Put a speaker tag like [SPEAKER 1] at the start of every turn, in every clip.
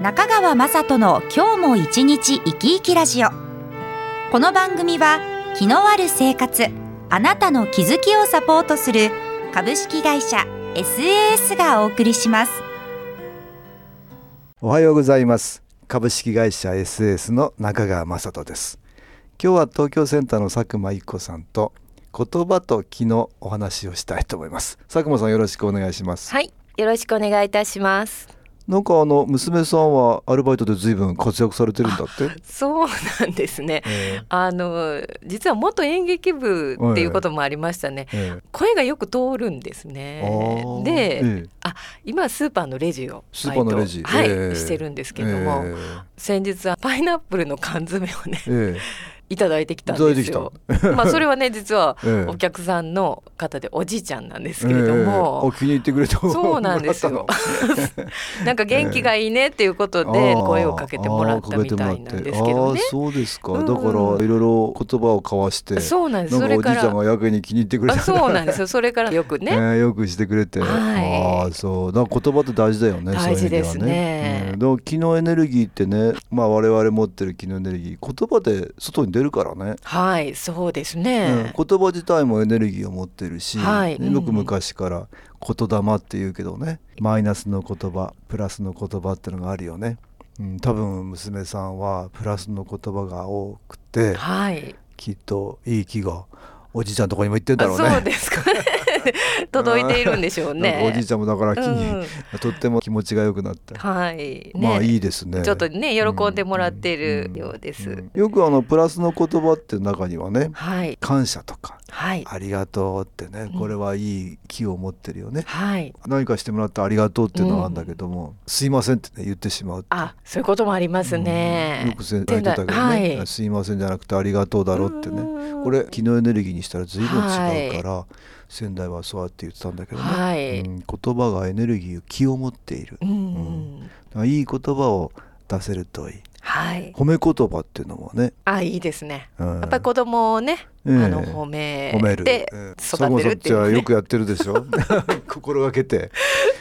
[SPEAKER 1] 中川雅人の今日も一日生き生きラジオこの番組は気のある生活あなたの気づきをサポートする株式会社 SAS がお送りします
[SPEAKER 2] おはようございます株式会社 SS の中川雅人です今日は東京センターの佐久間一子さんと言葉と気のお話をしたいと思います佐久間さんよろしくお願いします、
[SPEAKER 3] はい、よろしくお願いいたします。
[SPEAKER 2] なんかあの娘さんはアルバイトで随分活躍されてるんだ って、
[SPEAKER 3] そうなんですね。
[SPEAKER 2] え
[SPEAKER 3] あの実は元演劇部っていうこともありましたね。
[SPEAKER 2] ええ
[SPEAKER 3] 声がよく通るんですね
[SPEAKER 2] あー。
[SPEAKER 3] で、
[SPEAKER 2] ええ
[SPEAKER 3] 今スーパーのレジを
[SPEAKER 2] スーパーのレジ
[SPEAKER 3] バイトはい、
[SPEAKER 2] ええ
[SPEAKER 3] してるんですけども、
[SPEAKER 2] え
[SPEAKER 3] 先日はパイナップルの缶詰をね
[SPEAKER 2] ええ
[SPEAKER 3] いただいてきたんですよ。 まあそれはね実は
[SPEAKER 2] えええ
[SPEAKER 3] お客さんの方でおじいちゃんなんですけ
[SPEAKER 2] え
[SPEAKER 3] れど
[SPEAKER 2] えお
[SPEAKER 3] も。
[SPEAKER 2] 気に入ってくれた
[SPEAKER 3] そうなんです
[SPEAKER 2] もらっ
[SPEAKER 3] よ。なんか元気がいいねっていうこと
[SPEAKER 2] たの
[SPEAKER 3] で
[SPEAKER 2] ああ
[SPEAKER 3] 声をかけてもらったみたいなんですけどね
[SPEAKER 2] ああ。そうですか、
[SPEAKER 3] うん
[SPEAKER 2] だからいろいろ言葉を交わして
[SPEAKER 3] そうなんです。
[SPEAKER 2] な
[SPEAKER 3] そ
[SPEAKER 2] んか
[SPEAKER 3] れ
[SPEAKER 2] おじ
[SPEAKER 3] か
[SPEAKER 2] いちゃ
[SPEAKER 3] ら
[SPEAKER 2] ん。がやけに気に入 ってくれ
[SPEAKER 3] あ、
[SPEAKER 2] た
[SPEAKER 3] そうなんですよ。それからよく
[SPEAKER 2] え
[SPEAKER 3] ね。
[SPEAKER 2] ーよくしてくれて、
[SPEAKER 3] はい
[SPEAKER 2] ああそうだから言葉って大事だよね
[SPEAKER 3] 大事で
[SPEAKER 2] そ
[SPEAKER 3] すね
[SPEAKER 2] ういう意味ではね、うん、だから気のエネルギーってねまあ我々持ってる気のエネルギー言葉で外に出るからね、
[SPEAKER 3] はい、そうです
[SPEAKER 2] うん
[SPEAKER 3] ね。
[SPEAKER 2] 言葉自体もエネルギーを持ってるし、
[SPEAKER 3] はい
[SPEAKER 2] ね
[SPEAKER 3] うん
[SPEAKER 2] よく昔から言霊って言うけどねマイナスの言葉プラスの言葉ってのがあるよね、うん、多分娘さんはプラスの言葉が多くて
[SPEAKER 3] はい。
[SPEAKER 2] きっといい気がおじいちゃんとこにも行ってんだ
[SPEAKER 3] あ、
[SPEAKER 2] ろう
[SPEAKER 3] そう
[SPEAKER 2] ね。
[SPEAKER 3] ですかね。 届いているんでしょう
[SPEAKER 2] なんかおじい
[SPEAKER 3] ね。
[SPEAKER 2] ちゃんもだから気
[SPEAKER 3] う
[SPEAKER 2] に、
[SPEAKER 3] ん、
[SPEAKER 2] とっても気持ちが良くなった。
[SPEAKER 3] はい。
[SPEAKER 2] まあい
[SPEAKER 3] ね。
[SPEAKER 2] いですね。
[SPEAKER 3] ちょっとね、喜んでもらっているようです。
[SPEAKER 2] んんよくあのプラスの言葉って中にはね、
[SPEAKER 3] はい。
[SPEAKER 2] 感謝とか
[SPEAKER 3] はい。
[SPEAKER 2] ありがとうってね、
[SPEAKER 3] うん
[SPEAKER 2] これはいい気を持ってるよね。
[SPEAKER 3] はい。
[SPEAKER 2] 何かしてもらってありがとうっていうのはあるんだけども、すいませんってね言ってしまう。
[SPEAKER 3] あ、そういうこともあります
[SPEAKER 2] うんよ
[SPEAKER 3] ね
[SPEAKER 2] く。せ言ってたけどね、
[SPEAKER 3] はい
[SPEAKER 2] すいませんじゃなくてありがとうだろうってね。
[SPEAKER 3] ね
[SPEAKER 2] これ気のエネルギーにしたら随分違うから、仙台はそうやって言ってたんだけどね、
[SPEAKER 3] はい
[SPEAKER 2] うん言葉がエネルギー気を持っている
[SPEAKER 3] う
[SPEAKER 2] うん
[SPEAKER 3] ん。
[SPEAKER 2] いい言葉を出せるといい
[SPEAKER 3] はい。
[SPEAKER 2] 褒め言葉っていうのもね、
[SPEAKER 3] あ、いいですね。
[SPEAKER 2] うん
[SPEAKER 3] やっぱり子供をね、
[SPEAKER 2] ええ
[SPEAKER 3] あの褒め
[SPEAKER 2] 褒める
[SPEAKER 3] て
[SPEAKER 2] うん
[SPEAKER 3] 育てるってい
[SPEAKER 2] 佐久間さんじゃあ
[SPEAKER 3] う、
[SPEAKER 2] よ
[SPEAKER 3] ね、
[SPEAKER 2] くやってるでし ょ 心がけて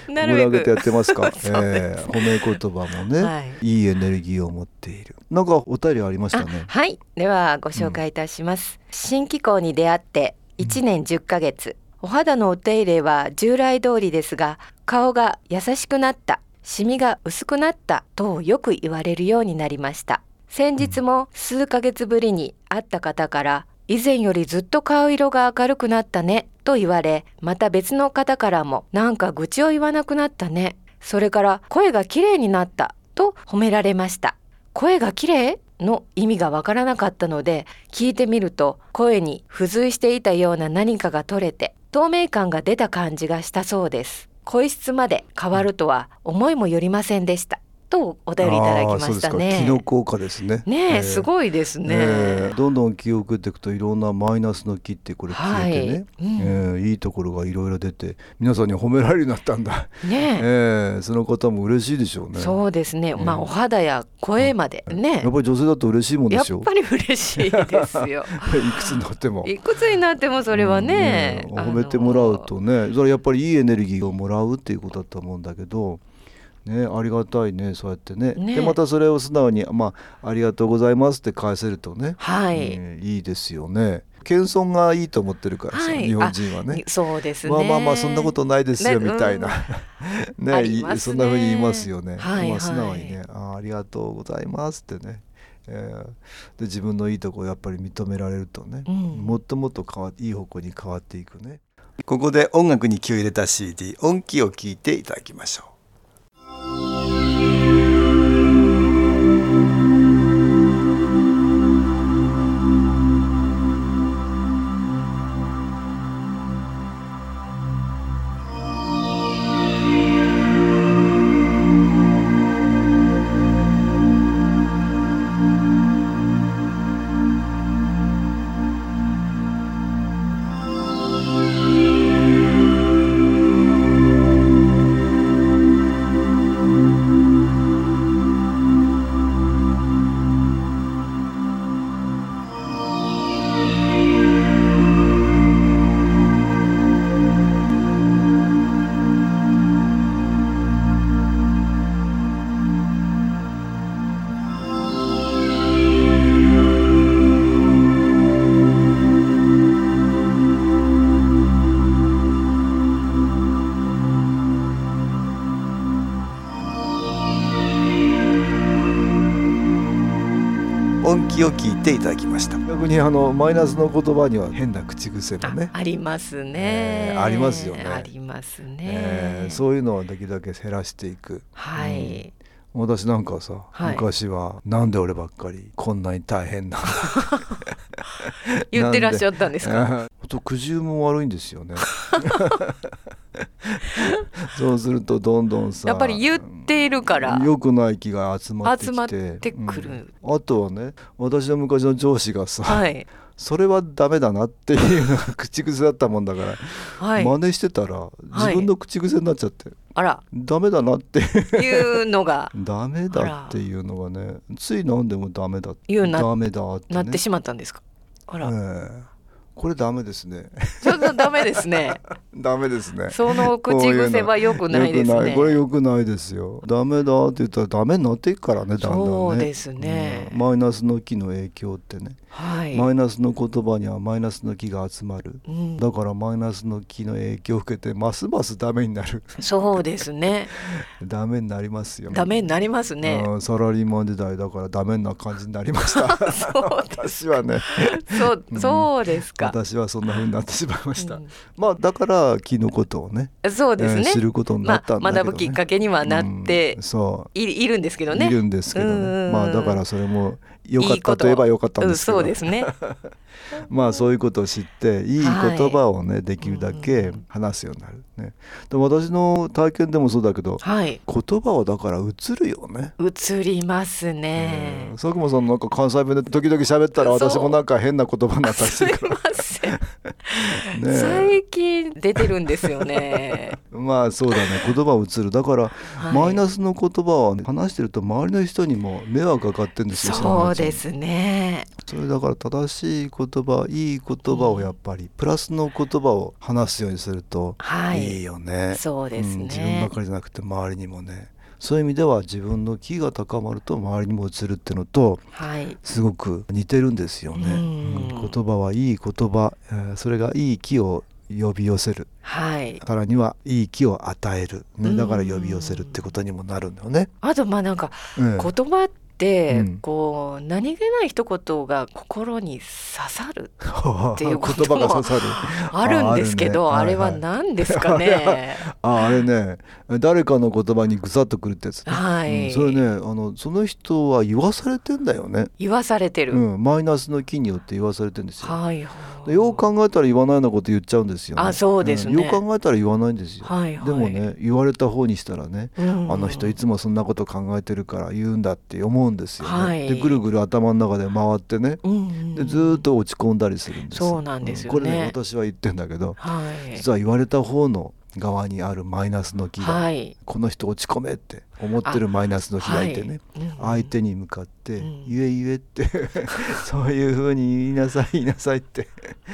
[SPEAKER 3] な
[SPEAKER 2] 心が
[SPEAKER 3] る
[SPEAKER 2] け
[SPEAKER 3] べ
[SPEAKER 2] てやっ
[SPEAKER 3] く
[SPEAKER 2] てますか、
[SPEAKER 3] そうで
[SPEAKER 2] ええ褒め言葉もね、、
[SPEAKER 3] はい
[SPEAKER 2] いエネルギーを持っているなんかお便りありました
[SPEAKER 3] あ
[SPEAKER 2] ね
[SPEAKER 3] はいではご紹介いたします、新機構に出会って1年10ヶ月、お肌のお手入れは従来通りですが顔が優しくなったシミが薄くなったとよく言われるようになりました先日も数ヶ月ぶりに会った方から以前よりずっと顔色が明るくなったねと言われまた別の方からもなんか愚痴を言わなくなったねそれから声が綺麗になったと褒められました声が綺麗の意味がわからなかったので聞いてみると声に付随していたような何かが取れて透明感が出た感じがしたそうです声質まで変わるとは思いもよりませんでしたとお便りいただきま
[SPEAKER 2] ああそうで
[SPEAKER 3] し
[SPEAKER 2] す
[SPEAKER 3] た
[SPEAKER 2] か
[SPEAKER 3] ね
[SPEAKER 2] 気の効果ですね
[SPEAKER 3] ね
[SPEAKER 2] え
[SPEAKER 3] え、
[SPEAKER 2] え
[SPEAKER 3] すごいですね。
[SPEAKER 2] ええどんどん気を送っていくといろんなマイナスの気ってこれ消
[SPEAKER 3] は
[SPEAKER 2] えて
[SPEAKER 3] い、
[SPEAKER 2] ね、
[SPEAKER 3] うん
[SPEAKER 2] ええいいところがいろいろ出て皆さんに褒められるようになったんだ、
[SPEAKER 3] ね え、
[SPEAKER 2] ええその方も嬉しいでしょうね
[SPEAKER 3] そうですね。
[SPEAKER 2] うん
[SPEAKER 3] まあお肌や声までね
[SPEAKER 2] やっ、ぱり女性だと嬉しいもんで
[SPEAKER 3] やっ
[SPEAKER 2] すよ
[SPEAKER 3] ぱり嬉しいですよ。
[SPEAKER 2] いくつになっても。
[SPEAKER 3] いくつになってもそれはね、
[SPEAKER 2] うん
[SPEAKER 3] あ
[SPEAKER 2] 褒
[SPEAKER 3] の
[SPEAKER 2] めてもらうとねそれはやっぱりいいエネルギーをもらうっていうことだと思うんだけど、ね、ありがたいねそうやってね
[SPEAKER 3] ね
[SPEAKER 2] でまたそれを素直に「まあ、ありがとうございます」って返せるとね、
[SPEAKER 3] はい、
[SPEAKER 2] うんいいですよね。謙遜がいいと思ってるからさ、
[SPEAKER 3] はい
[SPEAKER 2] 日本人はね。
[SPEAKER 3] そうですね。
[SPEAKER 2] まあまあまあそんなことないですよ
[SPEAKER 3] ね
[SPEAKER 2] みた いな、
[SPEAKER 3] あ
[SPEAKER 2] ね
[SPEAKER 3] り
[SPEAKER 2] い
[SPEAKER 3] ま
[SPEAKER 2] そ
[SPEAKER 3] すね
[SPEAKER 2] んな風に言いますよね。
[SPEAKER 3] はい
[SPEAKER 2] まあ素直
[SPEAKER 3] はい
[SPEAKER 2] にねあーありがとうございますってね、えーで自分のいいとこをやっぱり認められるとね、
[SPEAKER 3] うん
[SPEAKER 2] もっともっと変わいい方向に変わっていくね。ここで音楽に気を入れた CD 音気を聞いていただきましょう。
[SPEAKER 4] 「
[SPEAKER 5] 音気を聞いていただきました
[SPEAKER 2] 逆にあのマイナスの言葉には変な口癖もね
[SPEAKER 3] あ、ありますね、
[SPEAKER 2] えーありますよね
[SPEAKER 3] ありますね、
[SPEAKER 2] えーそういうのはできるだけ減らしていく
[SPEAKER 3] はい、
[SPEAKER 2] 私なんかはさ、
[SPEAKER 3] はい
[SPEAKER 2] 昔はなんで俺ばっかりこんなに大変な
[SPEAKER 3] 言ってらっしゃったんですか
[SPEAKER 2] の ほんと苦渋も悪いんです よねそうするとどんどんさ
[SPEAKER 3] やっぱり言っているから、
[SPEAKER 2] 良くない気が集まってきて
[SPEAKER 3] 集まってくる
[SPEAKER 2] うんあとはね私の昔の上司がさ、
[SPEAKER 3] はい
[SPEAKER 2] それはダメだなっていうのが 口癖だったもんだから、
[SPEAKER 3] はい
[SPEAKER 2] 真似してたら自分の口癖になっちゃって、
[SPEAKER 3] あら
[SPEAKER 2] ダメだなって
[SPEAKER 3] いう のが
[SPEAKER 2] ダメだっていうのがねつい飲んでもダメだ
[SPEAKER 3] 言うな
[SPEAKER 2] ダメだって、ね、
[SPEAKER 3] なってしまったんですかあら、
[SPEAKER 2] ええこれダメですね
[SPEAKER 3] ちょっとダメですね
[SPEAKER 2] ダメですね
[SPEAKER 3] その口癖は良くないです
[SPEAKER 2] よくな
[SPEAKER 3] ね
[SPEAKER 2] いこれ良くないですよダメだって言ったらダメになっていくからねだんだんね
[SPEAKER 3] そうですね
[SPEAKER 2] うんマイナスの気の影響ってね、
[SPEAKER 3] はい、
[SPEAKER 2] マイナスの言葉にはマイナスの気が集まる
[SPEAKER 3] うん、
[SPEAKER 2] だからマイナスの気の影響を受けてますますダメになる
[SPEAKER 3] そうですね
[SPEAKER 2] ダメになりますよ
[SPEAKER 3] ダメになりますね
[SPEAKER 2] うんサラリーマン時代だからダメな感じになりました
[SPEAKER 3] そう
[SPEAKER 2] 私はね
[SPEAKER 3] そうそうですか、
[SPEAKER 2] 私はそんな風になってしまいました、
[SPEAKER 3] うん
[SPEAKER 2] まあだから気のことをね
[SPEAKER 3] そうですね、
[SPEAKER 2] えー知ることになったんだけどね
[SPEAKER 3] まあ、学ぶきっかけにはなって
[SPEAKER 2] うんそ
[SPEAKER 3] い,、いるんですけど
[SPEAKER 2] う、
[SPEAKER 3] ね
[SPEAKER 2] いるんですけど
[SPEAKER 3] うんうんう
[SPEAKER 2] ね
[SPEAKER 3] ん
[SPEAKER 2] まあだからそれも良か
[SPEAKER 3] い
[SPEAKER 2] っ
[SPEAKER 3] いこ
[SPEAKER 2] た
[SPEAKER 3] と
[SPEAKER 2] といえば良かったんですけど
[SPEAKER 3] うんそうで すね
[SPEAKER 2] まあそういうことを知っていい言
[SPEAKER 3] はい
[SPEAKER 2] 葉をね、できるだけ話すようになるねでも私の体験でもそうだけど
[SPEAKER 3] はい
[SPEAKER 2] 言葉はだから映るよね
[SPEAKER 3] 映りますね、
[SPEAKER 2] 佐久間さんなんか関西弁で時々喋ったら
[SPEAKER 3] そう
[SPEAKER 2] 私もなんか変な言葉になったりす
[SPEAKER 3] すい
[SPEAKER 2] る
[SPEAKER 3] ま
[SPEAKER 2] から
[SPEAKER 3] せん、
[SPEAKER 2] ね
[SPEAKER 3] 最近出てるんですよ ね。
[SPEAKER 2] まあそうだね言葉を映るだから、
[SPEAKER 3] はい
[SPEAKER 2] マイナスの言葉は、ね、話してると周りの人にも迷惑かかってるんですよ
[SPEAKER 3] そう
[SPEAKER 2] 人
[SPEAKER 3] で
[SPEAKER 2] たち
[SPEAKER 3] すね。
[SPEAKER 2] それだから正しい言葉いい言葉をやっぱり、プラスの言葉を話すようにすると
[SPEAKER 3] はい
[SPEAKER 2] いいよね、
[SPEAKER 3] そうです
[SPEAKER 2] ん
[SPEAKER 3] ね
[SPEAKER 2] 自分ばかりじゃなくて周りにもねそういう意味では自分の気が高まると周りにも映るってのと
[SPEAKER 3] はい。
[SPEAKER 2] すごく似てるんですよね、
[SPEAKER 3] うん
[SPEAKER 2] うん言葉はいい言葉、えーそれがいい気を呼び寄せる
[SPEAKER 3] はい。
[SPEAKER 2] さらにはいい気を与える、
[SPEAKER 3] う
[SPEAKER 2] ね、
[SPEAKER 3] ん
[SPEAKER 2] だから呼び寄せるってことにもなるんだよね。
[SPEAKER 3] あとまあなんか
[SPEAKER 2] ええ
[SPEAKER 3] 言葉って、
[SPEAKER 2] うん
[SPEAKER 3] こう何気ない一言が心に刺さるていう
[SPEAKER 2] 言
[SPEAKER 3] こと
[SPEAKER 2] 葉
[SPEAKER 3] も
[SPEAKER 2] が刺さる
[SPEAKER 3] あるんですけどあ,、
[SPEAKER 2] あある
[SPEAKER 3] れ
[SPEAKER 2] ねは
[SPEAKER 3] はい
[SPEAKER 2] はい
[SPEAKER 3] 何ですかね。
[SPEAKER 2] ああれね誰かの言葉にぐさっとくるってやつね、
[SPEAKER 3] はい、
[SPEAKER 2] うんそれねあのその人は言わされてんだよね、
[SPEAKER 3] 言わされてる。
[SPEAKER 2] うん、マイナスの気によって言わされてんですよ。
[SPEAKER 3] はい。
[SPEAKER 2] でよう考えたら言わないようなこと言っちゃうんですよ、ね。
[SPEAKER 3] あそうですね
[SPEAKER 2] んよう考えたら言わないんですよ。
[SPEAKER 3] はいはい
[SPEAKER 2] でもね言われた方にしたらね、
[SPEAKER 3] うん
[SPEAKER 2] あの人いつもそんなこと考えてるから言うんだって思うんですよ、ね
[SPEAKER 3] はい
[SPEAKER 2] でぐるぐる頭の中で回ってね、
[SPEAKER 3] うん
[SPEAKER 2] でずーっと落ち込んだりするんですよ
[SPEAKER 3] そうなんですよね
[SPEAKER 2] これね私は言ってんだけど
[SPEAKER 3] はい。
[SPEAKER 2] 実は言われた方の側にあるマイナスの気が、
[SPEAKER 3] はい。
[SPEAKER 2] この人落ち込めって思ってるマイナスの気がいてね、
[SPEAKER 3] はいうん
[SPEAKER 2] 相手に向かって「
[SPEAKER 3] うん
[SPEAKER 2] 言え言え」って そういうふうに言いなさい言いなさいって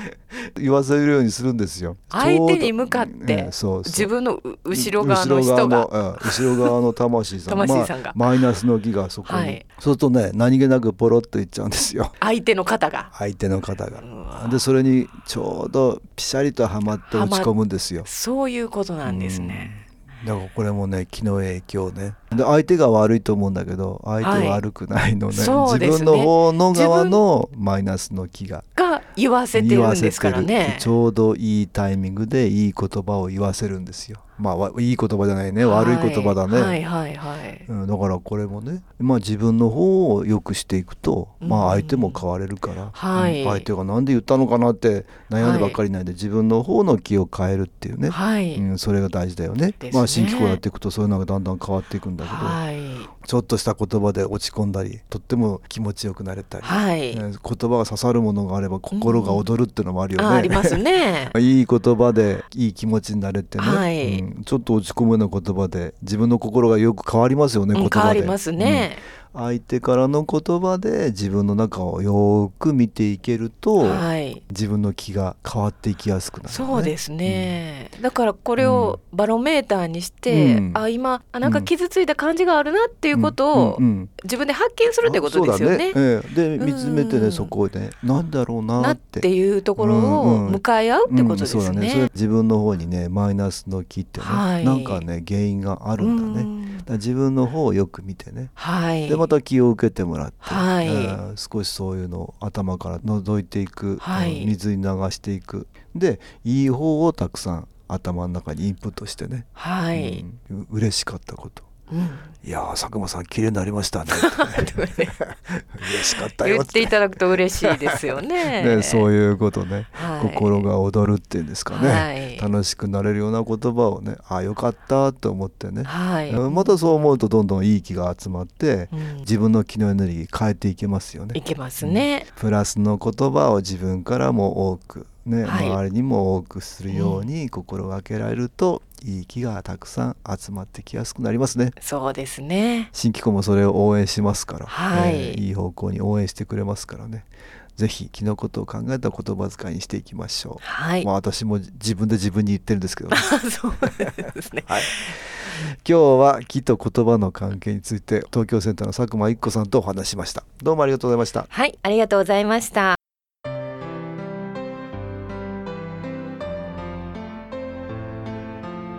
[SPEAKER 2] 言わせるようにするんですよ。
[SPEAKER 3] 相手に向かっ
[SPEAKER 2] ちょうど
[SPEAKER 3] て、
[SPEAKER 2] ええそうそう
[SPEAKER 3] 自分のう後ろ側の人
[SPEAKER 2] 後ろ
[SPEAKER 3] が。
[SPEAKER 2] 側の,、うん後ろ側の魂さん
[SPEAKER 3] 魂さんが
[SPEAKER 2] まあマイナスの気がそこに、
[SPEAKER 3] はい
[SPEAKER 2] そうするとね何気なくポロッといっちゃうんですよ
[SPEAKER 3] 相手の方が
[SPEAKER 2] 相手の方が
[SPEAKER 3] うわ
[SPEAKER 2] でそれにちょうどピシャリとはまって落ち込むんですよ
[SPEAKER 3] そういうことなんですね。
[SPEAKER 2] だからこれもね気の影響ねで相手が悪いと思うんだけど相手は悪くないのね,、
[SPEAKER 3] そうで
[SPEAKER 2] 自
[SPEAKER 3] すね
[SPEAKER 2] 分の方の
[SPEAKER 3] 自分
[SPEAKER 2] 側のマイナスの気が
[SPEAKER 3] が言わせて
[SPEAKER 2] 言
[SPEAKER 3] る
[SPEAKER 2] わ
[SPEAKER 3] ん
[SPEAKER 2] せ
[SPEAKER 3] です
[SPEAKER 2] て
[SPEAKER 3] から
[SPEAKER 2] る、
[SPEAKER 3] ね。
[SPEAKER 2] ちょうどいいタイミングでいい言葉を言わせるんですよまあわいい言葉じゃないね悪い言葉だね、
[SPEAKER 3] はいはいはい。
[SPEAKER 2] うん、だからこれもね、まあ、自分の方を良くしていくと、まあ、相手も変われるから、
[SPEAKER 3] はい
[SPEAKER 2] うん相手が何で言ったのかなって悩んでばっかりいないで、自分の方の気を変えるっていうね、
[SPEAKER 3] はい。
[SPEAKER 2] うん、それが大事だよね
[SPEAKER 3] ですね
[SPEAKER 2] まあ、新機構やっていくとそういうのがだんだん変わっていくんだけど、
[SPEAKER 3] はい。
[SPEAKER 2] ちょっとした言葉で落ち込んだりとっても気持ちよくなれたり、
[SPEAKER 3] はい。
[SPEAKER 2] えー言葉が刺さるものがあれば心が躍るってのもあるよね。。
[SPEAKER 3] あありますね
[SPEAKER 2] いい言葉でいい気持ちになれてね、
[SPEAKER 3] はい
[SPEAKER 2] うんちょっと落ち込むような言葉で自分の心がよく変わりますよね
[SPEAKER 3] う
[SPEAKER 2] 言葉
[SPEAKER 3] ん
[SPEAKER 2] で
[SPEAKER 3] 変わりますね。
[SPEAKER 2] うん相手からの言葉で自分の中をよーく見ていけると、
[SPEAKER 3] はい。
[SPEAKER 2] 自分の気が変わっていきやすくなる、ね、
[SPEAKER 3] そうですね、だからこれをバロメーターにして、
[SPEAKER 2] うん
[SPEAKER 3] あ今あなんか傷ついた感じがあるなってい
[SPEAKER 2] と
[SPEAKER 3] うことを
[SPEAKER 2] うんうん
[SPEAKER 3] 自分で発見するってことですよ
[SPEAKER 2] そ
[SPEAKER 3] ね。
[SPEAKER 2] うだねええで
[SPEAKER 3] うん
[SPEAKER 2] 見つめてねそこで、ね、なんだろうな
[SPEAKER 3] な
[SPEAKER 2] っ。
[SPEAKER 3] ってていうところ
[SPEAKER 2] うん
[SPEAKER 3] を
[SPEAKER 2] うん
[SPEAKER 3] 向かい合うってことです
[SPEAKER 2] うん
[SPEAKER 3] ね。
[SPEAKER 2] そうだねそれ自分の方にねマイナスの気ってね、
[SPEAKER 3] はい
[SPEAKER 2] なんかね原因があるんだね。だから自分の方をよく見てね。
[SPEAKER 3] はい。
[SPEAKER 2] でまた気を受けてもらって、
[SPEAKER 3] はい
[SPEAKER 2] えー少しそういうのを頭から覗いていく、
[SPEAKER 3] はい
[SPEAKER 2] うん水に流していくでいい方をたくさん頭の中にインプットしてね、
[SPEAKER 3] はい、
[SPEAKER 2] うん、う嬉しかったこと。
[SPEAKER 3] うん
[SPEAKER 2] いやー佐久間さん綺麗になりましたねってね嬉しかったよ
[SPEAKER 3] 言
[SPEAKER 2] っ
[SPEAKER 3] ってていただくと嬉しいですよ ね。
[SPEAKER 2] ね、そういうことね、
[SPEAKER 3] はい
[SPEAKER 2] 心が踊るっていうんですかね、
[SPEAKER 3] はい
[SPEAKER 2] 楽しくなれるような言葉をねああよかったと思ってね、
[SPEAKER 3] はい、
[SPEAKER 2] うんまたそう思うとどんどんいい気が集まって、
[SPEAKER 3] うん
[SPEAKER 2] 自分の気のエネルギー変えていけますよ
[SPEAKER 3] い
[SPEAKER 2] ね
[SPEAKER 3] けますね。
[SPEAKER 2] プラスの言葉を自分からも多くね、
[SPEAKER 3] はい
[SPEAKER 2] 周りにも多くするように心がけられると、いい気がたくさん集まってきやすくなりますね
[SPEAKER 3] そうですね。
[SPEAKER 2] 新機構もそれを応援しますから、
[SPEAKER 3] はい
[SPEAKER 2] ーいい方向に応援してくれますからねぜひ気のことを考えた言葉遣いにしていきましょう、
[SPEAKER 3] はい
[SPEAKER 2] ま。あ私も自分で自分に言ってるんです けどね、
[SPEAKER 3] そうですね。
[SPEAKER 2] はい、今日は気と言葉の関係について東京センターの佐久間一子さんとお話ししましたどうもありがとうございました
[SPEAKER 3] はい、ありがとうございました。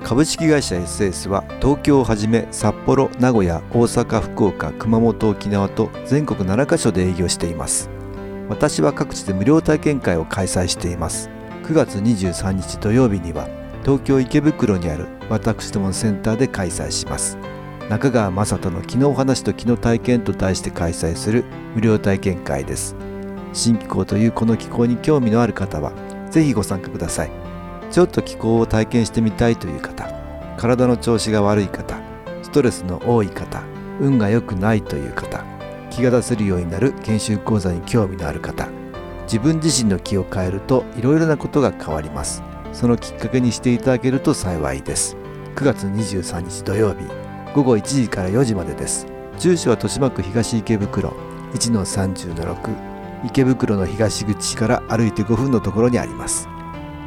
[SPEAKER 2] 株式会社 SS は東京をはじめ札幌名古屋大阪福岡熊本沖縄と全国7カ所で営業しています私は各地で無料体験会を開催しています9月23日土曜日には東京池袋にある私どものセンターで開催します中川雅人の「昨日話と昨日体験」と題して開催する無料体験会です新機構というこの機構に興味のある方はぜひご参加くださいちょっと気候を体験してみたいという方体の調子が悪い方ストレスの多い方運が良くないという方気が出せるようになる研修講座に興味のある方自分自身の気を変えるといろいろなことが変わりますそのきっかけにしていただけると幸いです9月23日土曜日午後1時から4時までです住所は豊島区東池袋1-30-6池袋の東口から歩いて5分のところにあります